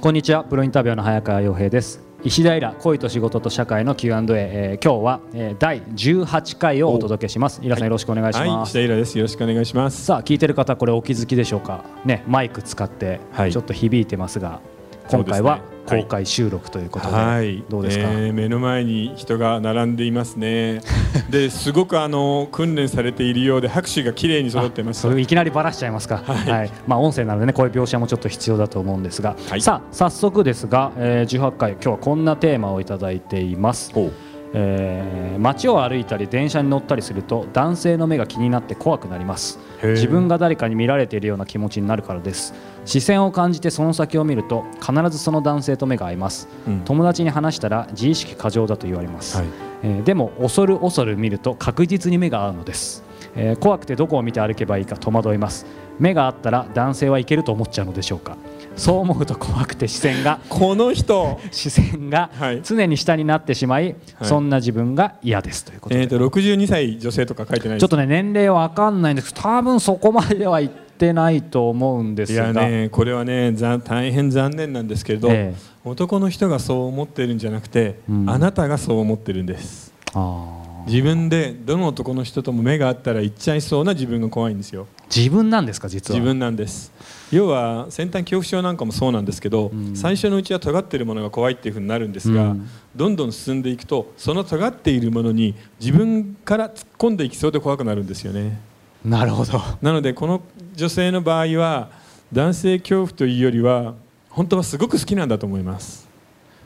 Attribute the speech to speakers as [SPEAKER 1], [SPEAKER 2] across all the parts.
[SPEAKER 1] こんにちはプロインタビュアーの早川洋平です石平恋と仕事と社会の Q&A、えー、今日は、えー、第18回をお届けしますイラさんよろしくお願いし
[SPEAKER 2] はい、
[SPEAKER 1] ま
[SPEAKER 2] 石
[SPEAKER 1] す、
[SPEAKER 2] 田イラです。よろしくお願いします。
[SPEAKER 1] さあ聞いてる方これお気づきでしょうかねマイク使って
[SPEAKER 2] はい
[SPEAKER 1] ちょっと響いてますが、
[SPEAKER 2] そう
[SPEAKER 1] 今
[SPEAKER 2] で
[SPEAKER 1] 回
[SPEAKER 2] すね
[SPEAKER 1] は
[SPEAKER 2] はい
[SPEAKER 1] 公開収録ということで、
[SPEAKER 2] はい、
[SPEAKER 1] どうですか、
[SPEAKER 2] えー目の前に人が並んでいま すね。で、すごくあの訓練されているようで拍手が綺麗に揃ってました
[SPEAKER 1] そ。れいきなりばらしちゃいますか、はい
[SPEAKER 2] い
[SPEAKER 1] まあ、音声なのでねこういう描写もちょっと必要だと思うんですが、
[SPEAKER 2] はい
[SPEAKER 1] さあ早速ですが、えー18回今日はこんなテーマをいただいています、
[SPEAKER 2] ほう
[SPEAKER 1] えー街を歩いたり電車に乗ったりすると男性の目が気になって怖くなります
[SPEAKER 2] へー
[SPEAKER 1] 自分が誰かに見られているような気持ちになるからです視線を感じてその先を見ると必ずその男性と目が合います、
[SPEAKER 2] うん
[SPEAKER 1] 友達に話したら自意識過剰だと言われます、
[SPEAKER 2] はい
[SPEAKER 1] えーでも恐る恐る見ると確実に目が合うのです、えー怖くてどこを見て歩けばいいか戸惑います目が合ったら男性はいけると思っちゃうのでしょうかそう思うと怖くて視線が
[SPEAKER 2] この人、
[SPEAKER 1] 視線が
[SPEAKER 2] はい
[SPEAKER 1] 常に下になってしまい、
[SPEAKER 2] はい
[SPEAKER 1] そんな自分が嫌ですということで、
[SPEAKER 2] えっ、と62歳女性とか書いてない
[SPEAKER 1] ちょ
[SPEAKER 2] で
[SPEAKER 1] っ
[SPEAKER 2] す。
[SPEAKER 1] とね年齢わかんないんですけど多分そこまでは行ってないと思うんです
[SPEAKER 2] い
[SPEAKER 1] が
[SPEAKER 2] やね、これはね、ざ大変残念なんですけれど、
[SPEAKER 1] ええ
[SPEAKER 2] 男の人がそう思ってるんじゃなくて、
[SPEAKER 1] うん
[SPEAKER 2] あなたがそう思ってるんです。
[SPEAKER 1] あー
[SPEAKER 2] 自分でどの男の人とも目が合ったら行っちゃいそうな自分が怖いんですよ。
[SPEAKER 1] 自分なんですか実は
[SPEAKER 2] 自分なんです要は先端恐怖症なんかもそうなんですけど、
[SPEAKER 1] うん
[SPEAKER 2] 最初のうちは尖っているものが怖いっていうふうになるんですが、
[SPEAKER 1] うん
[SPEAKER 2] どんどん進んでいくとその尖っているものに自分から突っ込んでいきそうで怖くなるんですよね
[SPEAKER 1] なるほど
[SPEAKER 2] なのでこの女性の場合は男性恐怖というよりは本当はすごく好きなんだと思います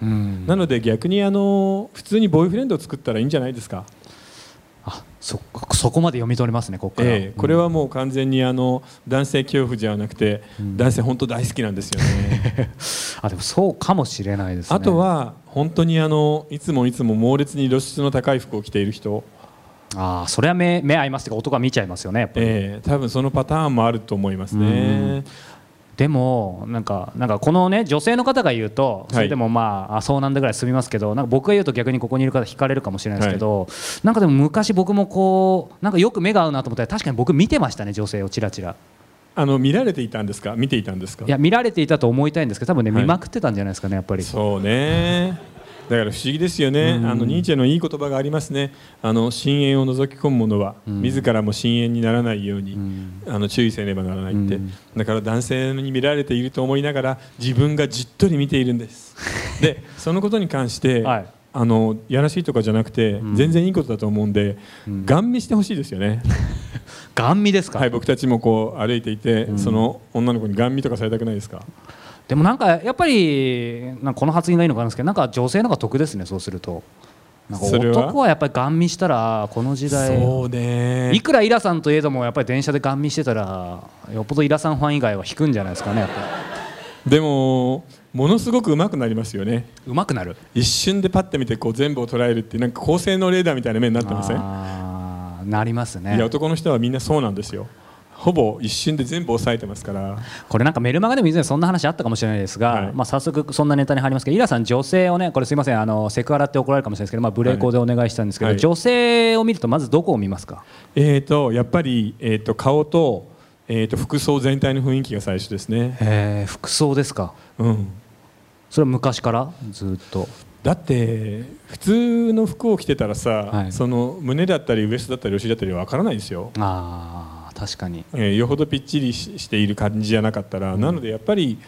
[SPEAKER 1] うん
[SPEAKER 2] なので逆にあの普通にボーイフレンドを作ったらいいんじゃないですか
[SPEAKER 1] あそそこまで読み取れますねここから、
[SPEAKER 2] ええ、これはもう完全にあの男性恐怖じゃなくて、
[SPEAKER 1] うん
[SPEAKER 2] 男性本当大好きなんですよね
[SPEAKER 1] あでもそうかもしれないですね
[SPEAKER 2] あとは本当にあのいつもいつも猛烈に露出の高い服を着ている人、
[SPEAKER 1] ああそれは目目合いますとか男は見ちゃいますよねやっぱり、
[SPEAKER 2] えー、多分そのパターンもあると思いますね。
[SPEAKER 1] でもなんかなんかこのね女性の方が言うと
[SPEAKER 2] い
[SPEAKER 1] それでもまあ、あそうなんだぐらい済みますけどなんか僕が言うと逆にここにいる方引かれるかもしれないですけど、なんかでも昔僕もこうなんかよく目が合うなと思ったら確かに僕見てましたね女性をちらちら
[SPEAKER 2] あの見られていたんですか見ていたんですか
[SPEAKER 1] いや見られていたと思いたいんですけど多分ね
[SPEAKER 2] はい
[SPEAKER 1] 見まくってたんじゃないですかねやっぱり、
[SPEAKER 2] そうねだから不思議ですよね
[SPEAKER 1] うん
[SPEAKER 2] あのニーチェのいい言葉がありますねあの深淵を覗き込む者は
[SPEAKER 1] うん
[SPEAKER 2] 自らも深淵にならないように、
[SPEAKER 1] うん
[SPEAKER 2] あの注意せねばならないって、
[SPEAKER 1] うん
[SPEAKER 2] だから男性に見られていると思いながら自分がじっとり見ているんです でそのことに関して、
[SPEAKER 1] はい
[SPEAKER 2] あのやらしいとかじゃなくて、
[SPEAKER 1] うん
[SPEAKER 2] 全然いいことだと思うんで、
[SPEAKER 1] うん
[SPEAKER 2] ガン見してほしいですよね
[SPEAKER 1] ガン見ですか、
[SPEAKER 2] はい僕たちもこう歩いていて、
[SPEAKER 1] うん
[SPEAKER 2] その女の子にガン見とかされたくないですか
[SPEAKER 1] でもなんかやっぱりなんかこの発言がいいのかなんですけどなんか女性の方が得ですねそうするとなんか
[SPEAKER 2] それは
[SPEAKER 1] 男はやっぱりガン見したらこの時代
[SPEAKER 2] そうね
[SPEAKER 1] いくらイラさんといえどもやっぱり電車でガン見してたらよっぽどイラさんファン以外は引くんじゃないですかねやっぱ
[SPEAKER 2] でもものすごく上手くなりますよね
[SPEAKER 1] りうまくなる
[SPEAKER 2] 一瞬でパッて見てこう全部を捉えるっていうなんか高性能レーダーみたいな目になってません
[SPEAKER 1] あーなります
[SPEAKER 2] いや
[SPEAKER 1] ね
[SPEAKER 2] 男の人はみんなそうなんですよほぼ一瞬で全部抑えてますから
[SPEAKER 1] これなんかメルマガでも以前そんな話あったかもしれないですが、
[SPEAKER 2] はい
[SPEAKER 1] まあ、早速そんなネタに入りますけどイラさん女性をねこれすいませんあのセクハラって怒られるかもしれないですけど、まあ、ブレーコーでお願いしたんですけど、
[SPEAKER 2] はい
[SPEAKER 1] 女性を見るとまずどこを見ますか
[SPEAKER 2] えーとやっぱり、えー、と顔と,、えー、と服装全体の雰囲気が最初ですね、
[SPEAKER 1] えー服装ですか
[SPEAKER 2] うん、
[SPEAKER 1] それは昔からずっと
[SPEAKER 2] だって普通の服を着てたらさ、
[SPEAKER 1] はい
[SPEAKER 2] その胸だったりウエストだったりお尻だったりわからないですよ、
[SPEAKER 1] あー確かに
[SPEAKER 2] えーよほどぴっちりししている感じじゃなかったら、なのでやっぱり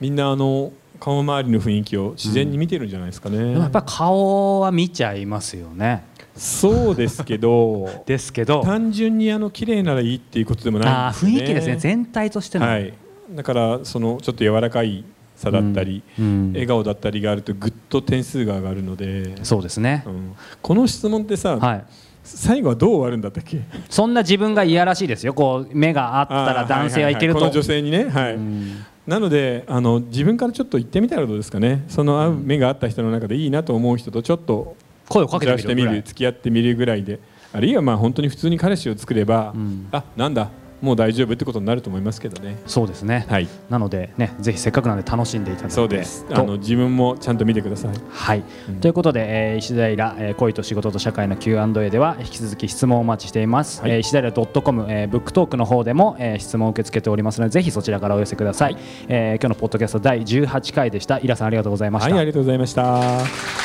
[SPEAKER 2] みんなあの顔周りの雰囲気を自然に見てるんじゃないですかね、
[SPEAKER 1] でもやっぱり顔は見ちゃいますよね
[SPEAKER 2] そうですけど
[SPEAKER 1] ですけど
[SPEAKER 2] 単純にあの綺麗ならいいっていうことでも
[SPEAKER 1] あ
[SPEAKER 2] な
[SPEAKER 1] あ
[SPEAKER 2] い
[SPEAKER 1] ー雰囲気ですね全体としての、
[SPEAKER 2] はい、だからそのちょっと柔らかいさだったり、
[SPEAKER 1] うんうん
[SPEAKER 2] 笑顔だったりがあるとぐっと点数が上がるので、
[SPEAKER 1] そうですね
[SPEAKER 2] う、んこの質問ってさ、
[SPEAKER 1] はい
[SPEAKER 2] 最後はどう終わるんだったっけ
[SPEAKER 1] そんな自分がいやらしいですよこう目があったら
[SPEAKER 2] あー
[SPEAKER 1] 男性はいけると、
[SPEAKER 2] はこの女性にね、はい
[SPEAKER 1] うん
[SPEAKER 2] なのであの自分からちょっと言ってみたらどうですかねその合う目があった人の中でいいなと思う人とちょっと
[SPEAKER 1] 声をかけ
[SPEAKER 2] ずら
[SPEAKER 1] て
[SPEAKER 2] し
[SPEAKER 1] みる
[SPEAKER 2] てみ
[SPEAKER 1] ぐ
[SPEAKER 2] る
[SPEAKER 1] らい
[SPEAKER 2] 付き合ってみるぐらいであるいはまあ本当に普通に彼氏を作れば、
[SPEAKER 1] うん
[SPEAKER 2] あなんだもう大丈夫ってことになると思いますけどね。
[SPEAKER 1] そうですね、
[SPEAKER 2] はい、
[SPEAKER 1] なのでねぜひせっかくなんで楽しんでいただいて
[SPEAKER 2] そうです。
[SPEAKER 1] と
[SPEAKER 2] あの自分もちゃんと見てください。
[SPEAKER 1] はい、
[SPEAKER 2] うん
[SPEAKER 1] ということで、えー石平、えー恋と仕事と社会の Q&A では引き続き質問をお待ちしています、
[SPEAKER 2] はい
[SPEAKER 1] えー石平 .com、えーブックトークの方でも、えー質問を受け付けておりますのでぜひそちらからお寄せください、えー今日のポッドキャスト第18回でしたイラさんありがとうございまし
[SPEAKER 2] は
[SPEAKER 1] た、
[SPEAKER 2] い、ありがとうございました。